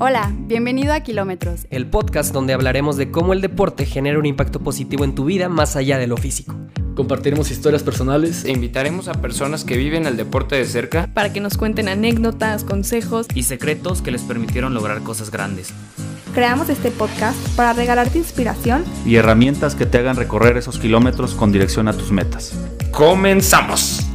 Hola, bienvenido a Kilómetros. el podcast donde hablaremos de cómo el deporte genera un impacto positivo en tu vida más allá de lo físico. Compartiremos historias personales E invitaremos a personas que viven el deporte de cerca para que nos cuenten anécdotas, consejos y secretos que les permitieron lograr cosas grandes. Creamos este podcast para regalarte inspiración y herramientas que te hagan recorrer esos kilómetros con dirección a tus metas. ¡Comenzamos!